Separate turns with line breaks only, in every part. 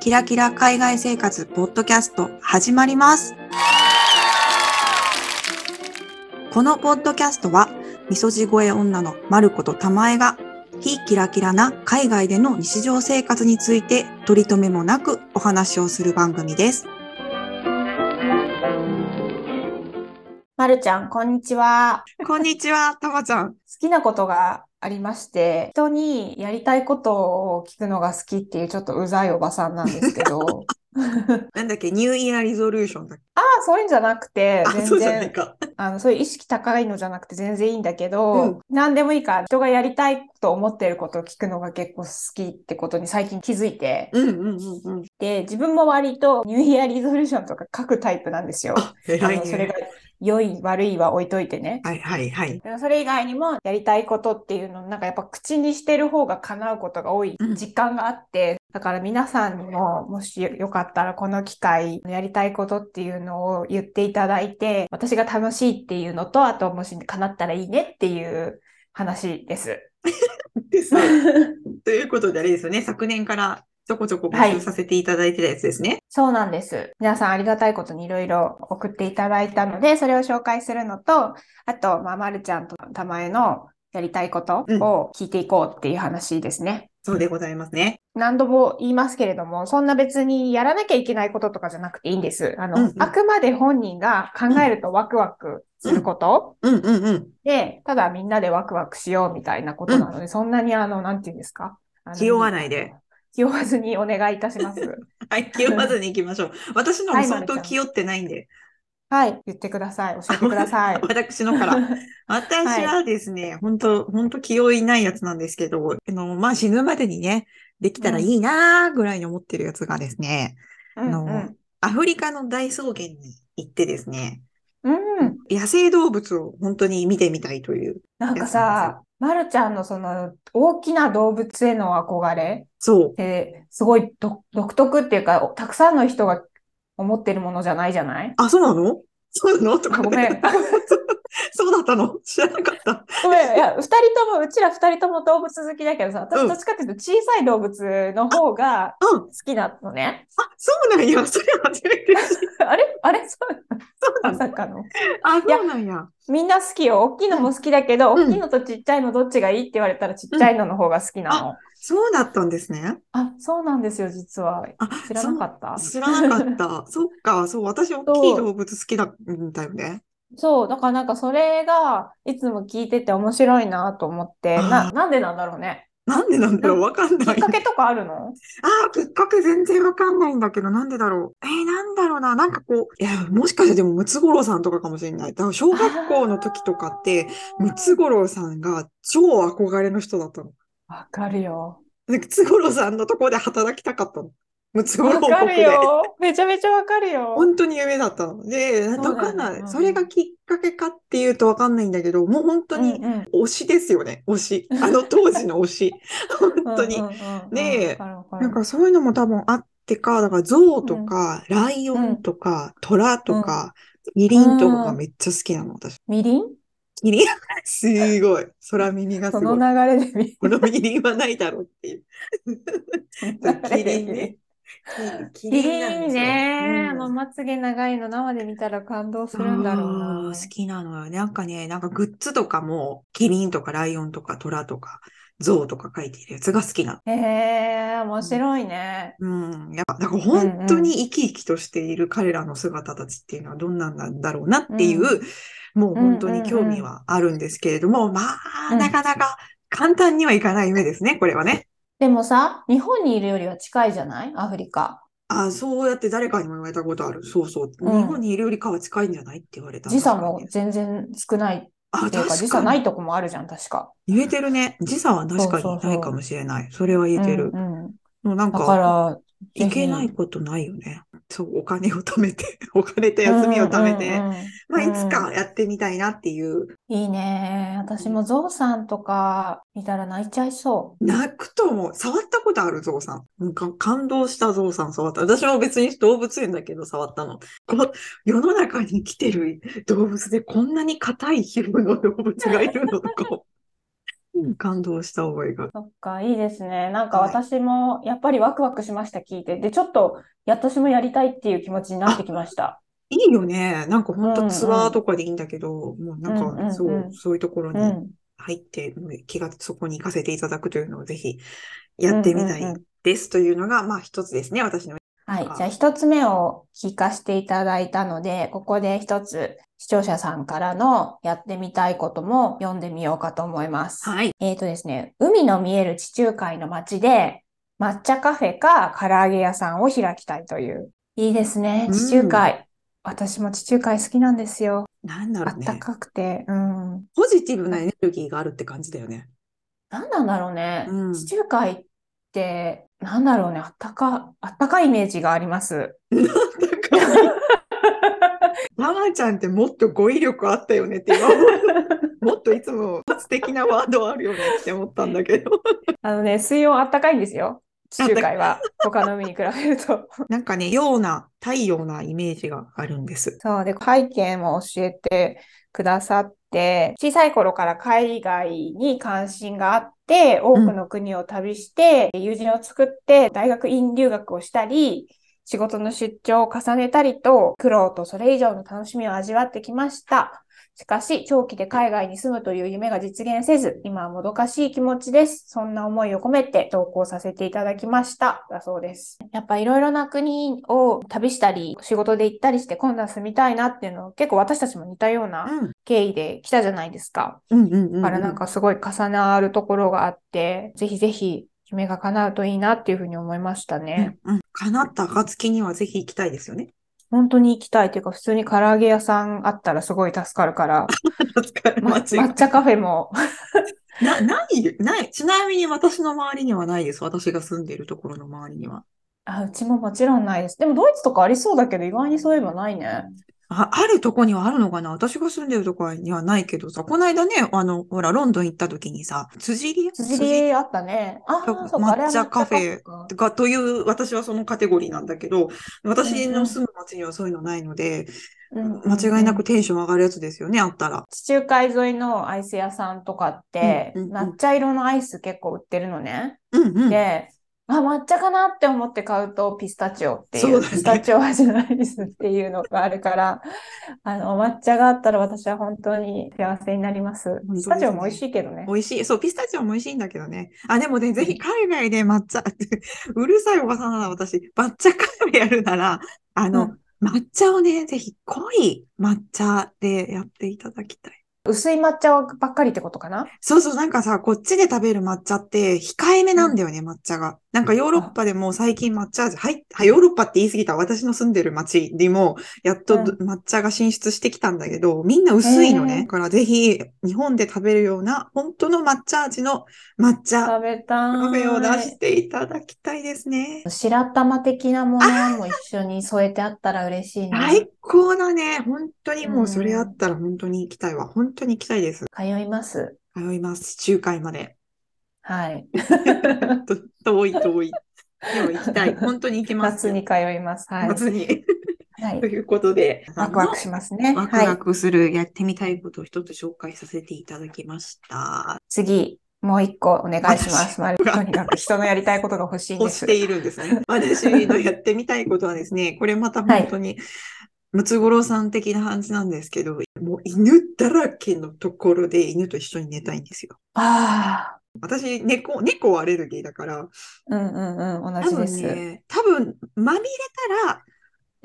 キラキラ海外生活ポッドキャスト始まります。このポッドキャストは、みそじ声女のまることたまえが、非キラキラな海外での日常生活について、取り留めもなくお話をする番組です。
まるちゃん、こんにちは。
こんにちは、たまちゃん。
好きなことがありまして、人にやりたいことを聞くのが好きっていうちょっとうざいおばさんなんです けど、
なんだっけ、ニューイヤーリゾリューションだっけ。
ああ、そういうんじゃなくて、
あ、
全
そうじゃない
然、
か。
あの、そういう意識高いのじゃなくて全然いいんだけど、何でもいいから人がやりたいと思ってることを聞くのが結構好きってことに最近気づいて、
うんうんうんうん。
で、自分も割とニューイヤーリゾリューションとか書くタイプなんですよ。
あ、偉い
あの、それ
ね
が。良い悪いは置いといてね。
はいはいはい。
でもそれ以外にもやりたいことっていうのをなんかやっぱ口にしてる方が叶うことが多い
うん
実感があって、だから皆さんにももしよかったらこの機会やりたいことっていうのを言っていただいて私が楽しいっていうのとあともし叶ったらいいねっていう話です。
でさ、ということであれですよね、昨年からちょこちょこ募集させていただいてたやつですね。
そうなんです。皆さんありがたいことにいろいろ送っていただいたので、それを紹介するのと、あと、まあ、まるちゃんとたまえのやりたいことを聞いていこうっていう話ですね。
そうでございますね。
何度も言いますけれども、そんな別にやらなきゃいけないこととかじゃなくていいんです。あの、
うんうん
あくまで本人が考えるとワクワクすること、
うんうんうん。
で、ただみんなでワクワクしようみたいなことなので、そんなにあの、なんて言うんですかあの
気負わないで。
気負わずにお願いいたします。
はい、気負わずに行きましょう。私のも
はい
相当
まるちゃん
気負ってないんで。
はい、言ってください。教えてください。
私の から。私はですね、本当本当気負いないやつなんですけど、あの、まあ、死ぬまでにね、できたらいいなーぐらいに思ってるやつがですね、
うん
あのアフリカの大草原に行ってですね、
うん、うん。
野生動物を本当に見てみたいという。
なんか
やつなん
さ、まるちゃんのその大きな動物への憧れ、
そう。
えすごいど独特っていうか、おたくさんの人が思ってるものじゃないじゃない
あ、そうなのそうなのとか、
あごめん。
そうだったの知らなかった。
ごめん。いや、二人とも、うちら二人とも動物好きだけどさ、
う
私
ん
どっちかっていうと小さい動物の方が
うん。
好きなのね。
あ、そうなんや。それ初めて知った。
あれあれそう
そうな
ま
ん
さ
だ。
かの。
あ、そうなんや。
みんな好きよ。大きいのも好きだけど、
うん
大きいのとちっちゃいのどっちがいいって言われたらちっちゃいのの方が好きなの。
そうだったんですね。
あ、そうなんですよ、実は。
あ、
知らなかった
そう知らなか った。そっか、そう、私、大きい動物好きだんだよね。
そう、だからなんかそれがいつも聞いてて面白いなと思って、
あ
な、なんでなんだろうね。
なんでなんだろうわかん
き
な
っ
い。
かけとかあるの
ああ、きっかけ全然わかんないんだけど、なんでだろう。えー、なんだろうな。なんかこう、いや、もしかしてでも、ムツゴロウさんとかかもしれない。だから、小学校の時とかって、ムツゴロウさんが超憧れの人だったの。
わかるよ。
ムツゴロウさんのとこで働きたかったの。ムツゴロ
わ
ウ
か
国
る
で。
よ。めちゃめちゃわかるよ。
本当に夢だったので、
うだよ
わ
ね
かんな
うんう
い。
ん
それがきっかけかっていうとわかんないんだけど、もう本当に
うんうん
推しですよね。推し。あの当時の推し。 本当に。
うんうんうんうん
ねえ
わかるわか
なん
る
かそういうのも多分あってか、だから象とか、ライオンとか、虎とか、キリンとかがめっちゃ好きなの、私。
みりん
キリン すごい。空耳がす
そ
ご
の
い。
流れで み
このキリンはないだろうっていう。キリンね。キ
キ
ンなん
リ
で
ン
すよ
ね。
うん
あのまつげ長いの生で見たら感動するんだろう
あ
な。
ー好きなのよ。なんかね、なんかグッズとかも、キリンとかライオンとか虎とか象とか書いてるやつが好きな
へえ、面白いね。
の。うん。やっぱ、だから本当に生き生きとしている彼らの姿たちっていうのはどんなんなんだろうなっていう、もう本当に興味はあるんですけれども、まあ、
うん
なかなか簡単にはいかない夢ですね、これはね。
でもさ、日本にいるよりは近いじゃないアフリカ。
あーそうやって誰かにも言われたことある。そうそう。日
うん
本にいるよりかは近いんじゃないって言われた。
時差も全然少ない
あ、
っていうか、
確
時
か
差
に
ないとこもあるじゃん、確か。
言えてるね。時差は確かにないかもしれない。それは言えてる。
うんうん
もうなん
だか
か、
ら、
いけないことないよね。そう、お金を貯めて、 お金と休みを貯め
うん
て、
うんうん
まあ、いつかやってみたいなっていう。
いいね。私もゾウさんとか見たら泣いちゃいそ
泣くとも、触ったことあるゾウさん。なんか感動したゾウさん触った。私も別に動物園だけど触ったの。こ世の中に生き てる動物でこんなに硬い皮膚の動物がいるのとか。うん感動した覚えが。
そっか、いいですね。なんか
はい
私もやっぱりワクワクしました、聞いて。で、ちょっと、やっと私もやりたいっていう気持ちになってきました。
いいよね。なんかほん
うんう
と
ん
ツアーとかでいいんだけど、もうなんか
うんうんうん
そう、そういうところ
う
に
ん。
入って、もう気がそこに行かせていただくというのをぜひやってみた
うんうんう
い
ん
ですというのが、まあ一つですね、私の。
はい。
か
じゃあ、一つ目を聞かせていただいたので、ここで一つ、視聴者さんからのやってみたいことも読んでみようかと思います。
はい。
えーとですね、海の見える地中海の町で、抹茶カフェか唐揚げ屋さんを開きたいという。いいですね、
うん
地中海。私も地中海好きなんですよ。
なんだ
あ
ろう
っ
ね。
たかくて。うん。
ポジティブなエネルギーがあるって感じだよね。
なんなんだろうね。
うん
地中海って、なんだろうね。あったか、あったかいイメージがあり ます。
だから、ママちゃんってもっと語彙力あったよねって今思う、もっといつも素敵なワードあるよねって思ったんだけど。
あのね、水温あったかいんですよ。地中海は。他の海に比べると。
なんかね、ような、太陽なイメージがあるんです。
そうで、背景も教えてくださって、小さい頃から海外に関心があって、多くの国を旅して、友人を作って、大学院留学をしたり、仕事の出張を重ねたりと、苦労とそれ以上の楽しみを味わってきました。しかし、長期で海外に住むという夢が実現せず、今はもどかしい気持ちです。そんな思いを込めて投稿させていただきました。だそうです。やっぱいろいろな国を旅したり、仕事で行ったりして、今度は住みたいなっていうのを結構私たちも似たような
うん。
経緯で来たじゃないですか。
うんうんうん、うん。
だからなんかすごい重なるところがあって、ぜひぜひ夢が叶うといいなっていうふうに思いました
う
ね
ん。うん、叶った暁にはぜひ行きたいです よね。
本当に行きたいというか、普通に唐揚げ屋さんあったらすごい助かるから、 ま、抹茶カフェも
な、ないよ、ない。ちなみに私の周りにはないです。私が住んでいるところの周りには。
あ、うちももちろんないです。でもドイツとかありそうだけど、意外にそういえばないね。
あ、あるとこにはあるのかな私が住んでるとこにはないけどさ、この間ね、あの、ほら、ロンドン行った時にさ、辻利
辻りあったね。あ
そう
あ、そうか、あれは
抹茶カフェ
抹茶カ
が、という、私はそのカテゴリーなんだけど、私
うんう
の
ん
住む町にはそういうのないので、
フェか
間違いな
うんうんう
く
ん
テンション上がるやつですよね、あったら。
地中海沿いのアイス屋さんとかって、
うんうんうん
抹茶色のアイス結構売ってるのね。
うんうん。
で、あ、抹茶かなって思って買うとピスタチオってい
そう
う、
だね
ピスタチオ味のアイスっていうのがあるから、 あの、抹茶があったら私は本当に幸せになりま
当
す。ピ
で
ス
すね
タチオも美味しいけどね
美。味しい。そう、ピスタチオも美味しいんだけどね。あ、でもね、ぜひ海外で抹茶、 うるさいおばさんだな、私。抹茶カフェやるなら、あの、抹茶をね、ぜひ濃い抹茶でやっていただきたい。
薄い抹茶ばっかりってことかな
そうそう、なんかさ、こっちで食べる抹茶って控えめなんだよね、抹茶が。なんかヨーロッパでも最近抹茶味、はい、はヨーロッパって言い過ぎた。私の住んでる町にも、やっと
うん
抹茶が進出してきたんだけど、みんな薄いの
へー
ね。だからぜひ、日本で食べるような、本当の抹茶味の抹茶
食べた
カフェを出
い。
していただきたいですね。
白玉的なものも一緒に添えてあったら嬉しいな。
最高だね。本当にも
うん
うそれあったら本当に行きたいわ。本当に行きたいです。
通います。
通います。中海まで。
はい。
と遠い遠 い。でも行きたい。本当に行きます
夏
よ。
に通います。はい。
夏に。
はい
と。いうことで、
ワクワクしますね。
ワク
は
ワ
い。
クする、やってみたいことを一つ紹介させていただきました。
次、もう一個お願いします。まあとにかく人のやりたいことが欲しいんで
押
す
し。ているんですね。私のやってみたいことはですね、これまた本当に、ムツゴロウさん的な話なんですけど、もう犬だらけのところで犬と一緒に寝たいんですよ。
ああ、
私、猫、猫アレルギーだから、
うんうんうん、同
多
じで
分
す。
ね、多分、まみれたら、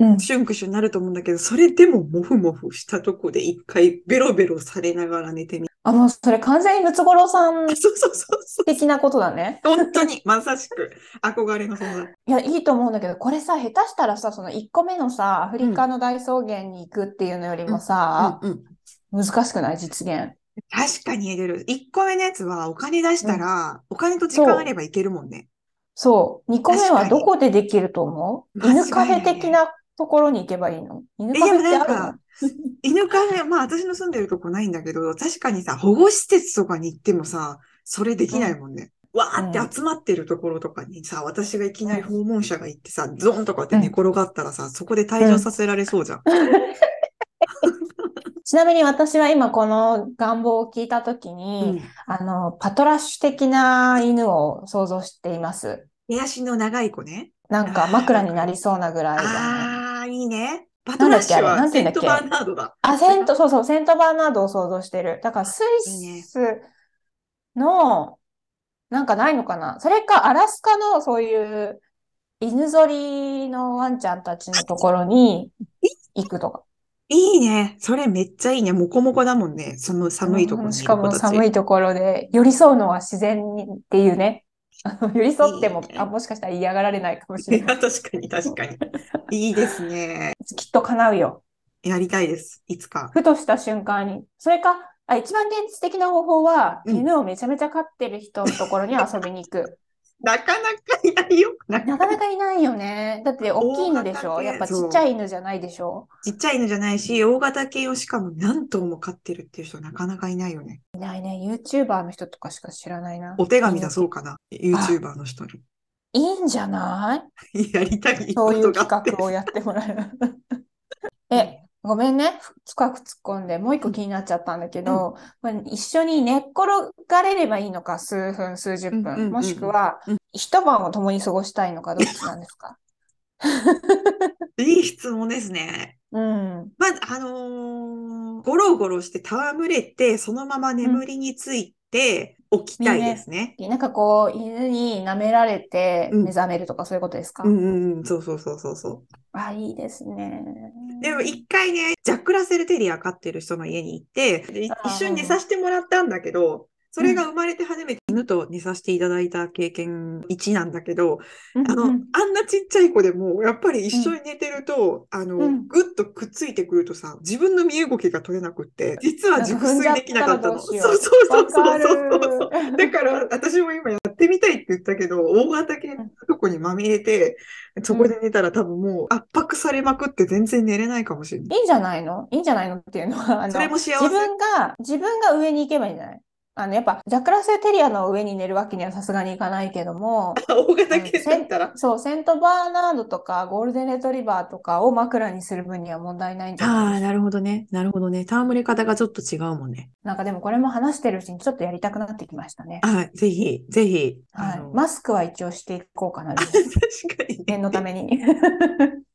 うん
クシュンクシュンなると思うんだけど、それでもモフモフしたとこで一回ベロベロされながら寝てみる。
あ、もうそれ完全にムツゴロウさん
そうそうそうそう。
的なことだね。
本当に、まさしく、憧れの存在。
いや、いいと思うんだけど、これさ、下手したらさ、その1個目のさ、アフリカの大草原に行くっていうのよりもさ、
うんうん
難しくない実現。
確かに言えてる。1個目のやつはお金出したら、お金と時間あればいけるもんね。
そう。2個目は
確かに
どこでできると思う
間違いない
犬カフェ的なところに行けばいいの犬
え
カフェっ
でも
て
なん
ある
か犬カフェ、まあ私の住んでるとこないんだけど、確かにさ、保護施設とかに行ってもさ、それできないもんね。わーって集まってるところとかにさ、私がいきなり訪問者が行ってさ、ゾーンとかって寝転がったらさ、そこで退場させられそうじゃん。
のちなみに私は今この願望を聞いたとき
う
に、
ん。
あの、パトラッシュ的な犬を想像しています。
手足の長い子ね。
なんか枕になりそうなぐらいだね。
ああ、いいね。バ
な
ト
ん
ラ
だ
ッ
っ
シ
け
ュ
あれ
は
なんて
セ
言うん
ン
だっ
ト
け
バーナードだ。
あ、セント、そうそう、セントバーナードを想像してる。だからスイスの、なんかないのかなそれかアラスカのそういう犬ぞりのワンちゃんたちのところに行くとか。
いいね。それめっちゃいいね。もこもこだもんね。その寒いところにい
し
る
か
子
も
たち。
寒いところで寄り添うのは自然にっていうね。 あの寄り添っても
いいね
あ、もしかしたら嫌がられないかもしれ
い
ない。
や 確かに、確かに。いいですね。
きっと叶うよ。
やりたいです。いつか。
ふとした瞬間に。それか、あ、一番現実的な方法は、
うん
犬をめちゃめちゃ飼ってる人のところに遊びに行く。
なかなかいないよ。な
なかなかいないよね。だって大きい犬でし
大型
ょ
犬
やっぱちっちゃい犬じゃないでしょ
ちっちゃい犬じゃないし、大型犬をしかも何頭も飼ってるっていう人なかなかいないよね。
いないね。YouTuber の人とかしか知らないな。
お手紙出そうかな。YouTuber の人に。
いいんじゃない
やりたい
そうい
こと
う
があっ
企
て。
画をやってもらえる。 え、ごめんね。深く突っ込んで、もう一個気になっちゃったんだけど、まあ一緒に寝っ転がれればいいのか、数分、数十
うんうんうんう
分。
ん
もしくは
うん、
一晩を共に過ごしたいのか、どっちなんですか
いい質問ですね。
うん。
まあ、あのーゴロゴロして戯れて、そのまま眠りについて起きたいですね。
なんかこう、犬に舐められて
うん
目覚めるとか、そういうことですか
うんうんうん、そうそうそうそうそう。
あ、いいですね。
でも一回ね、ジャック・ラセル・テリア飼ってる人の家に行って、でい
あー
一緒に寝させてもらったんだけど、それが生まれて初めて犬と寝させていただいた経験1なんだけど、あの、
うんうん
あんなちっちゃい子でも、やっぱり一緒に寝てると、あの、
うん
ぐっとくっついてくるとさ、自分の身動きが取れなくって、実は熟睡できなかったの。
なんか
そ
踏ん
う
じゃ
そ
っ
うそうそう
わか
そうそう。
る。
だから私も今やってみたいって言ったけど、大型犬のとこにまみれて、そこで寝たら多分もう圧迫されまくって全然寝れないかもしれない。
いいんじゃないのいいんじゃないのっていうのは、あの、
それも幸せ
自分が、自分が上に行けばいいんじゃないあの、やっぱ、ジャックラッセルテリアの上に寝るわけにはさすがにいかないけ ども、
大型犬だったら。
そう、セントバーナードとかゴールデンレトリバーとかを枕にする分には問題ないんじゃ
あ
な
あ、
い
なるほどね。なるほどね。戯れ方がちょっと違うもんね。
なんかでもこれも話してるうちにちょっとやりたくなってきましたね。
ああ、ぜひ、ぜひ、
は
あ
い。
の、
マスクは一応していこうか な。
確かにね
念のために。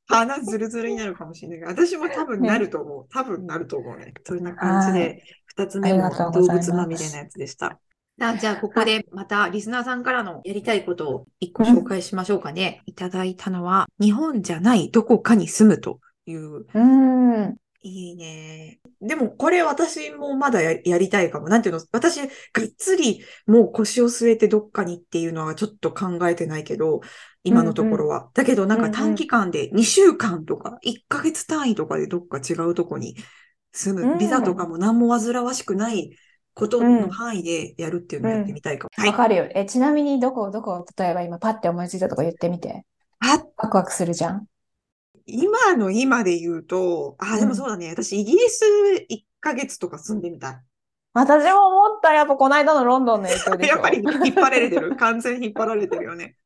鼻ズルズルになるかもしれないけど、私も多分なると思う。多分なると思うね。そんな感じ
は
で、二つ目
あ
も
りがと
動
うございます
物まみれのやつでした。さあじゃあ、ここでまたリスナーさんからのやりたいことを一個紹介しましょうかね。いただいたのは、日本じゃないどこかに住むという。
うーん。
いいね。でも、これ私もまだや、やりたいかも。なんていうの、私、がっつりもう腰を据えてどっかにっていうのはちょっと考えてないけど、今のところは。だけど、なん
うん
か
うん
短期間で2週間とか、1ヶ月単位とかでどっか違うとこに住
う
む、
ん
ビザとかも何も煩わしくないこと
うん
の範囲でやるっていうのをやってみたいかも。
わ
はい。
かるよ。え、ちなみにどこ、どこ、例えば今パッて思いついたとこ言ってみて。
あ、
ワクワクするじゃん。
今の今で言うと、あ、でもそうだね。私、イギリス1ヶ月とか住んでみたい。
私も思った、やっぱこの間のロンドンの影響 でしょ
やっぱり引っ張られて る。完全に引っ張られてるよね。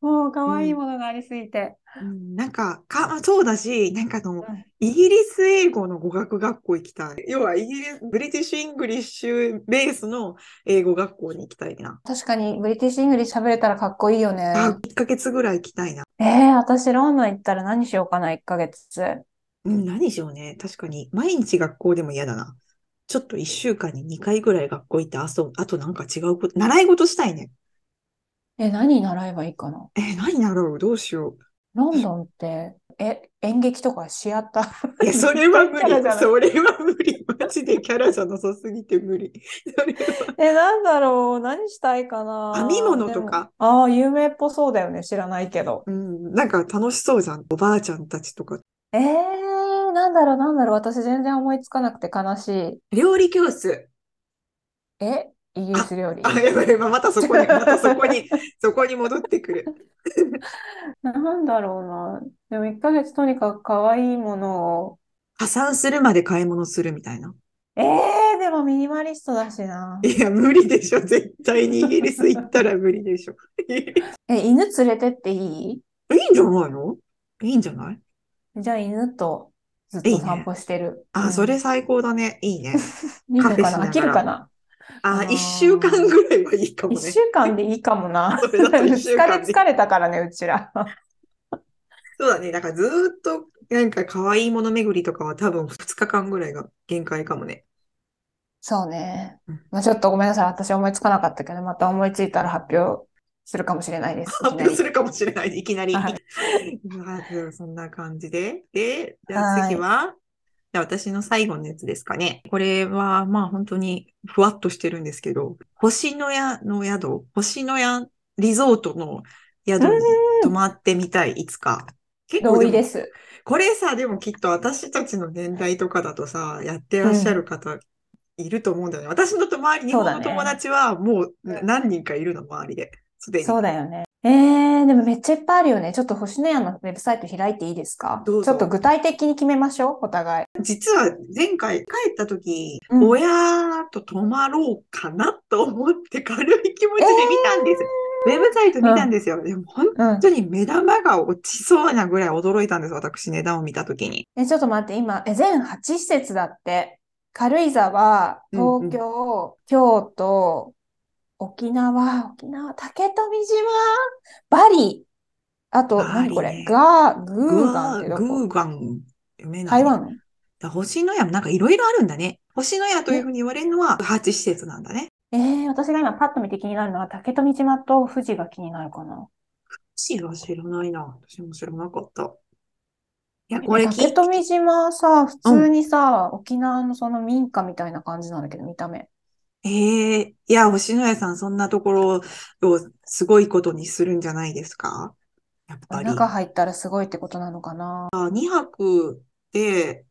もう可愛いものがありすぎて。
うんなんか、か、そうだし、なんかあの
うん、
イギリス英語の語学学校行きたい。要は、イギリス、ブリティッシュ・イングリッシュベースの英語学校に行きたいな。
確かに、ブリティッシュ・イングリッシュ喋れたらかっこいいよね。
あ、1ヶ月ぐらい行きたいな。
ええ私ロンドン行ったら何しようかな、1ヶ月。
うん、何しようね。確かに、毎日学校でも嫌だな。ちょっと1週間に2回ぐらい学校行って、あと、あとなんか違うこと、習い事したいね。
え、何習えばいいかな。
え、何習うどうしよ
ロンドンって、え、演劇とかシアター。
う。いや、それは無
キャラじゃ
理。
ない
それは無理。マジでキャラじゃなさすぎて無理。それは
え、なんだろう、何したいかな。
編み物とか
でも。ああ、有名っぽそうだよね、知らないけど。
うん、なんか楽しそうじゃん。おばあちゃんたちとか。
ええなんだろう、なんだろう、私全然思いつかなくて悲しい。
料理教室。
え、イギリス料理。
あ、やばいやばい、またそこに、またそこに、 そこに戻ってくる。
なんだろうな。でも1ヶ月とにかく可愛いものを。
破産するまで買い物するみたいな。
ええでもミニマリストだしな。
いや、無理でしょ。絶対にイギリス行ったら無理でしょ。
え、犬連れてっていい
いいんじゃないのいいんじゃない
じゃあ犬とずっと散歩してる。
あ、それ最高だね。いいね。
いいのか
カ
な
フェしながら
飽きるかな
あ
あ、ー
一週間ぐらいはいいかも
一
ね
週。間でいいかもな。
それだ と一週間
疲
で
れ疲れたからね、うちら。
そうだね。だからずーっと、なんか可愛いもの巡りとかは多分2日間ぐらいが限界かもね。
そうね
うん。
まあ、ちょっとごめんなさい。私思いつかなかったけど、また思いついたら発表するかもしれないです。いき
発
な
表
り
するかもしれない。いきなり。
は
は
い
いそんな感じで。で、じゃあ次は、じゃあ私の最後のやつですかね。これは、まあ本当にふわっとしてるんですけど、星のやの宿、星のやリゾートの宿に泊まってみたい、いつか。結構
同
で
意
も
です。
これさ、でもきっと私たちの年代とかだとさ、やってらっしゃる方いると思うんだよね。私のと周り、日
そう
本
だ
の
ね
友達はもう
うん
何人かいるの、周りで。すでに。
そうだよね。えー、でもめっちゃいっぱいあるよね。ちょっと星のやのウェブサイト開いていいですか
どうぞ
ちょっと具体的に決めましょう、お互い。
実は前回帰った時、
うん
親と泊まろうかなと思って軽い気持ちで見たんです。ウェブサイト見たんですよ。でも本
うん。
当に目玉が落ちそうなぐらい驚いたんです。私、値段を見た時に。
え、ちょっと待って、今、え、全8施設だって。軽井沢、東京、京都、沖縄、沖縄、竹富島、バリ、あと、
バリ
何これ、
ね
ガー、グ
グ
ーガンってどこ
ーガン、読めない。
台湾
だ星のやもなんかいろいろあるんだね。星のやというふうに言われるのは、不発施設なんだね。
えー、私が今パッと見て気になるのは竹富島と富士が気になるかな。
知は知らないな。私も知らなかった。いや、これ聞
竹
い
富島さ、普通にさ、沖縄のその民家みたいな感じなんだけど、見た目。
ええいや、星のやさん、そんなところをすごいことにするんじゃないですかやっぱり。
中入ったらすごいってことなのかな。
2泊で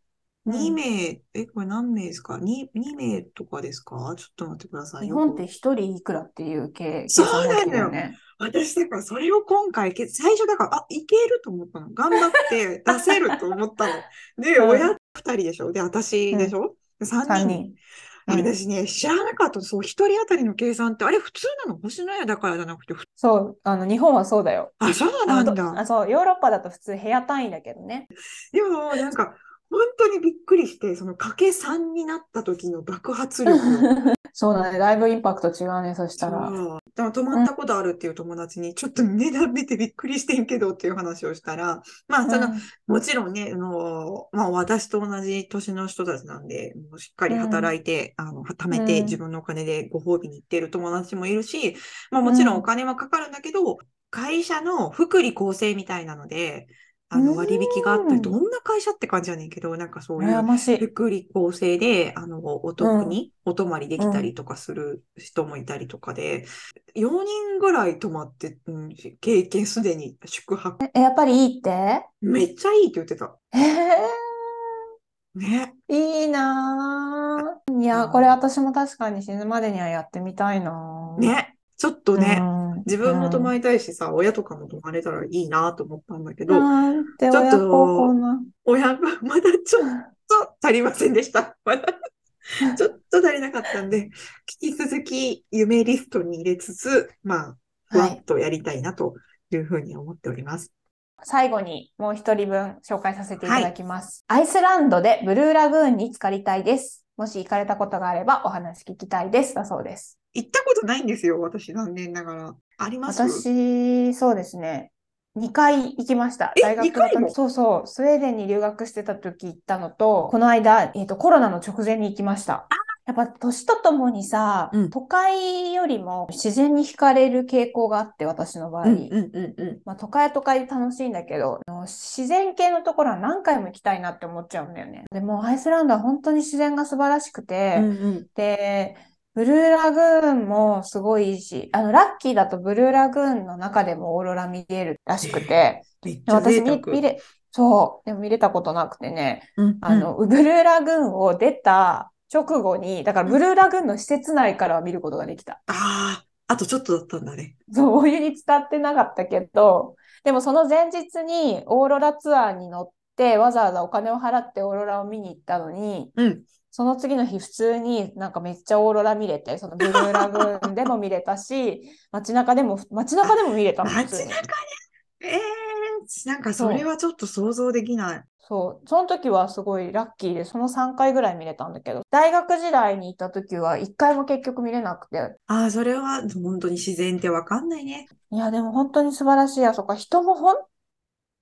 うん
2名、え、これ何名ですか ?2、2名とかですかちょっと待ってください
日
よ。
本って一人いくらっていう計
そう
計算になってる
な
よ
の
ね。
私、だからそれを今回、け最初だから、あ、いけると思ったの。頑張って出せると思ったの。で、
うん
親2人でしょで、私でしょ、で三人。
3人。
あ
うん
私ね、知らなかった。そう、一人当たりの計算って、あれ普通なの星のやだからじゃなくて、ふ
そう、あの、日本はそうだよ。
あ、そう
あ
な
の
ん
ど
だ。
あ、そう、ヨーロッパだと普通部屋単位だけどね。
でも、なんか、本当にびっくりして、その掛け3になった時の爆発力。
そうだね、だいぶインパクト違うね、そしたら。
そうだから泊まったことあるっていう友達に、ちょっと値段見てびっくりしてんけどっていう話をしたら、まあ、その、もちろんね、あの、まあ、私と同じ年の人たちなんで、もうしっかり働いて、あの、貯め
う
て、
ん
自分のお金でご褒美に行ってる友達もいるし、まあ、もちろん
うん
お金はかかるんだけど、会社の福利厚生みたいなので、あ
う
の、
ん、
割引があったり、どんな会社って感じやねんけど、なんかそううんいう
羨ましい。
福利厚生で、あの、お得にお泊まりできたりとかする人もいたりとかで、4人ぐらい泊まって、うん、経験すでに宿泊、
え、やっぱりいいって
めっちゃいいって言ってた。
えー
ね。
いいなぁ。いや、これ私も確かに死ぬまでにはやってみたいなぁ。
ね。ちょっとね、
うん
自分も泊まりたいしさ、親とかも泊まれたらいいなと思ったんだけ
うん
ど、
なん
ちょ
て
っ
親
と
孝行な。
親がまだちょっと足りませんでした。 まだちょっと足りなかったんで、引き続き夢リストに入れつつ、まあ、ふわ
は
っ
い。
とやりたいなというふうに思っております。
最後にもう一人分紹介させていただきます。アイスランドでブルーラグーンに浸かりたいです。もし行かれたことがあればお話聞きたいです。だそうです。
行ったことないんですよ、私、残念ながら。あります
私、そうですね。2回行きました。
え
大学の
二回も
時、そうそう、スウェーデンに留学してた時行ったのと、この間、えっと、コロナの直前に行きました。やっぱ年とともにさ、
うん
都会よりも自然に惹かれる傾向があって、私の場合。
うんうんうんうん。
まあ、都会は都会で楽しいんだけど、あの自然系のところは何回も行きたいなって思っちゃうんだよね。でも、アイスランドは本当に自然が素晴らしくて、
うん
で、ブルーラグーンもすごいいいし、あの、ラッキーだとブルーラグーンの中でもオーロラ見れるらしくて、
めっち
で
ゃ贅
私
沢。
見、見れ、そう、でも見れたことなくてね、
うんうん
あの、ブルーラグーンを出た直後に、だからブルーラグーンの施設内からは見ることができた。
ああ、あとちょっとだったんだね。
そう、お湯に浸かってなかったけど、でもその前日にオーロラツアーに乗って、わざわざお金を払ってオーロラを見に行ったのに、
うん。
その次の日、普通になんかめっちゃオーロラ見れて、そのブルーラグーンで も見れたし、街中でも、街中でも見れたの、普
街
通に
中。で、ええなんかそれはちょっと想像できない。
そう。その時はすごいラッキーで、その3回ぐらい見れたんだけど、大学時代に行った時は1回も結局見れなくて。
ああ、それは本当に自然ってわかんないね。
いや、でも本当に素晴らしい。あそこ、人も本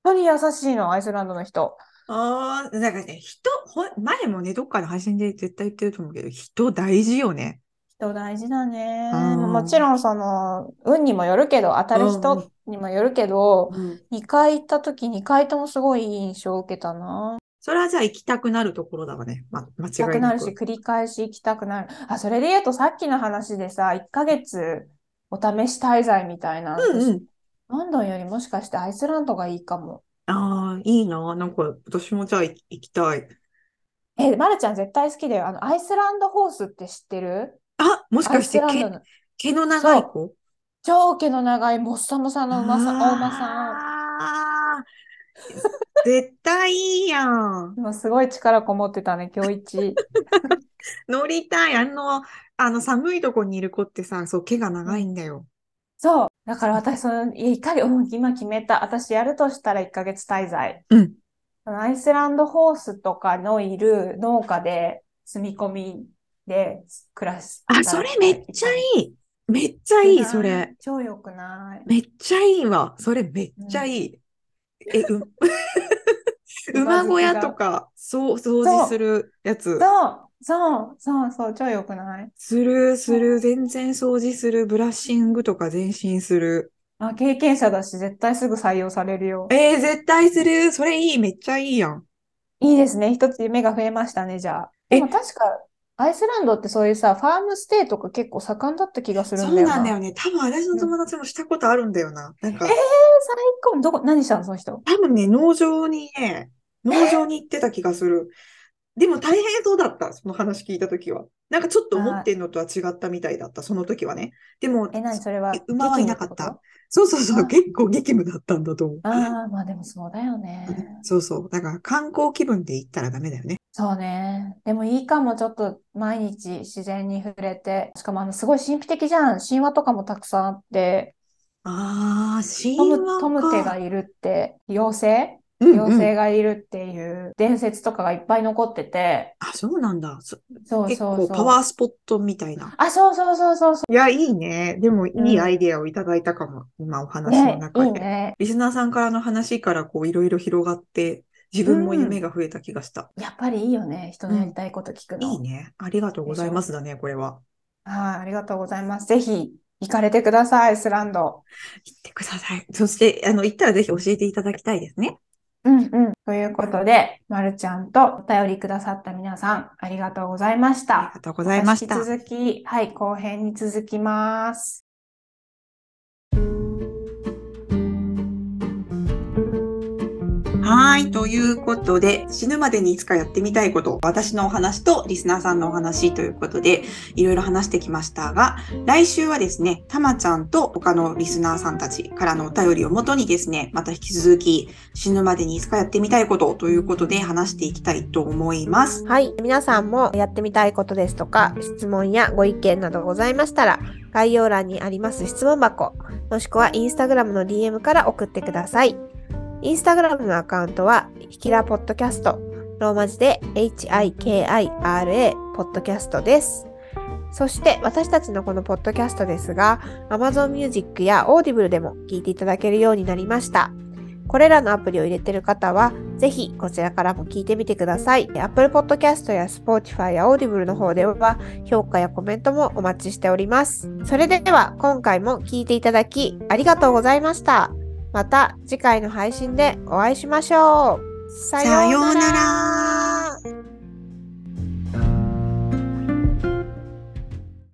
当に優しいの、アイスランドの人。
ああ、なんかね、人、ほん前もね、どっかの配信で絶対言ってると思うけど、人大事よね。
人大事だね。
うん
もちろん、その、運にもよるけど、当たる
うんう
人にもよるけど、
うん。
2回行った時、2回ともすごいいい印象を受けたな。
それはじゃあ行きたくなるところだわね。ま、間違
行きたく
い
な
な
る
く。
し、繰り返し行きたくなる。あ、それで言うとさっきの話でさ、1ヶ月お試し滞在みたいな。
うんうん。
ロンドンよりもしかしてアイスランドがいいかも。
ああ、いいな。なんか、私もじゃあ行きたい。
え、まるちゃん絶対好きだよ。あの、アイスランドホースって知ってる
あ、もし
ア
か
イ
し
ス
て、
ラン
毛
ド、の
毛の長い子
超毛の長い、もっさもさのうまさ、お馬さ
あー絶対いいやん。
ん。もうすごい力こもってたね、今 日一。
乗りたい。あの、あの寒いとこにいる子ってさ、そう、毛が長いんだよ。
そう。だから私、その、いや、一ヶ月、うん今決めた。私やるとしたら1ヶ月滞在。
うん。
そのアイスランドホースとかのいる農家で、住み込みで暮らす。
あ、それめっちゃいい。めっちゃいい、それ。。
超良くない。
めっちゃいいわ。それめっちゃいい。え、う、 馬小屋とか、そう、掃除するやつ。
そう、そう、そう、そう、超良くない
する、する、全然掃除する、ブラッシングとか全身する。
あ、経験者だし、絶対すぐ採用されるよ。
えー、絶対する。それいい、めっちゃいいやん。
いいですね。一つ夢が増えましたね、じゃあ。
え
でも確か、アイスランドってそういうさ、ファームステイとか結構盛んだった気がする
そ
ん
う
だよ
なんだ
な。
よね。多分私の友達もしたことあるんだよな。なんか
えー、、最高。どこ、何したの、その人。
多分ね、農場にね、農場に行ってた気がする。でも大変そうだった、その話聞いたときは。なんかちょっと思ってんのとは違ったみたいだった、その時はね。でも、
え、何、それは、
え馬はいなかった
激務て
そうそうそ
あ
う、結構激務だったんだと思う。
ことああ、まあでもそうだよね。
そうそう。だから観光気分で行ったらダメだよね。
そうね。でもいいかも、ちょっと毎日自然に触れて。しかも、あの、すごい神秘的じゃん。神話とかもたくさんあって、
ああ、神
トム、
話
トムテ
か。
がいるって、
う
妖精
んうん
妖精がいるっていう伝説とかがいっぱい残ってて、
あ、そうなんだ。そ
そう
結
そう
構
そう。
パワースポットみたいな。
あ、そうそうそうそうそ
いや、いいね。でも、い
うん
いアイデアをいただいたかも。今、お
う。
話の
ね、
中
いい
で。
ね。
リスナーさんからの話から、こう、いろいろ広がって、自分も夢が増えた気がした。
やっぱりいいよね。人のやりたいこと聞くの。
いいね。ありがとうございますだね、これは。
はい、ありがとうございます。ぜひ、行かれてください、アイスランド。
行ってください。そして、あの、行ったらぜひ教えていただきたいですね。
うんうん。ということで、まるちゃんとお便りくださった皆さん、ありがとうございまし
あ
た
り。がとうございまし
引
た
き。続き、はい、後編に続きます。
はい。ということで、死ぬまでにいつかやってみたいこと、私のお話とリスナーさんのお話ということで、いろいろ話してきましたが、来週はですね、たまちゃんと他のリスナーさんたちからのお便りをもとにですね、また引き続き、死ぬまでにいつかやってみたいことということで話していきたいと思います。
はい。皆さんもやってみたいことですとか、質問やご意見などございましたら、概要欄にあります質問箱、もしくはインスタグラムの DM から送ってください。インスタグラムのアカウントは、ひきらポッドキャスト、ローマ字で HIKIRA ポッドキャストです。そして私たちのこのポッドキャストですが、Amazon Music や Audible でも聞いていただけるようになりました。これらのアプリを入れている方は、ぜひこちらからも聞いてみてください。Apple Podcast や Spotify や Audible の方では評価やコメントもお待ちしております。それでは今回も聞いていただきありがとうございました。また次回の配信でお会いしましょう。さ
さようなら。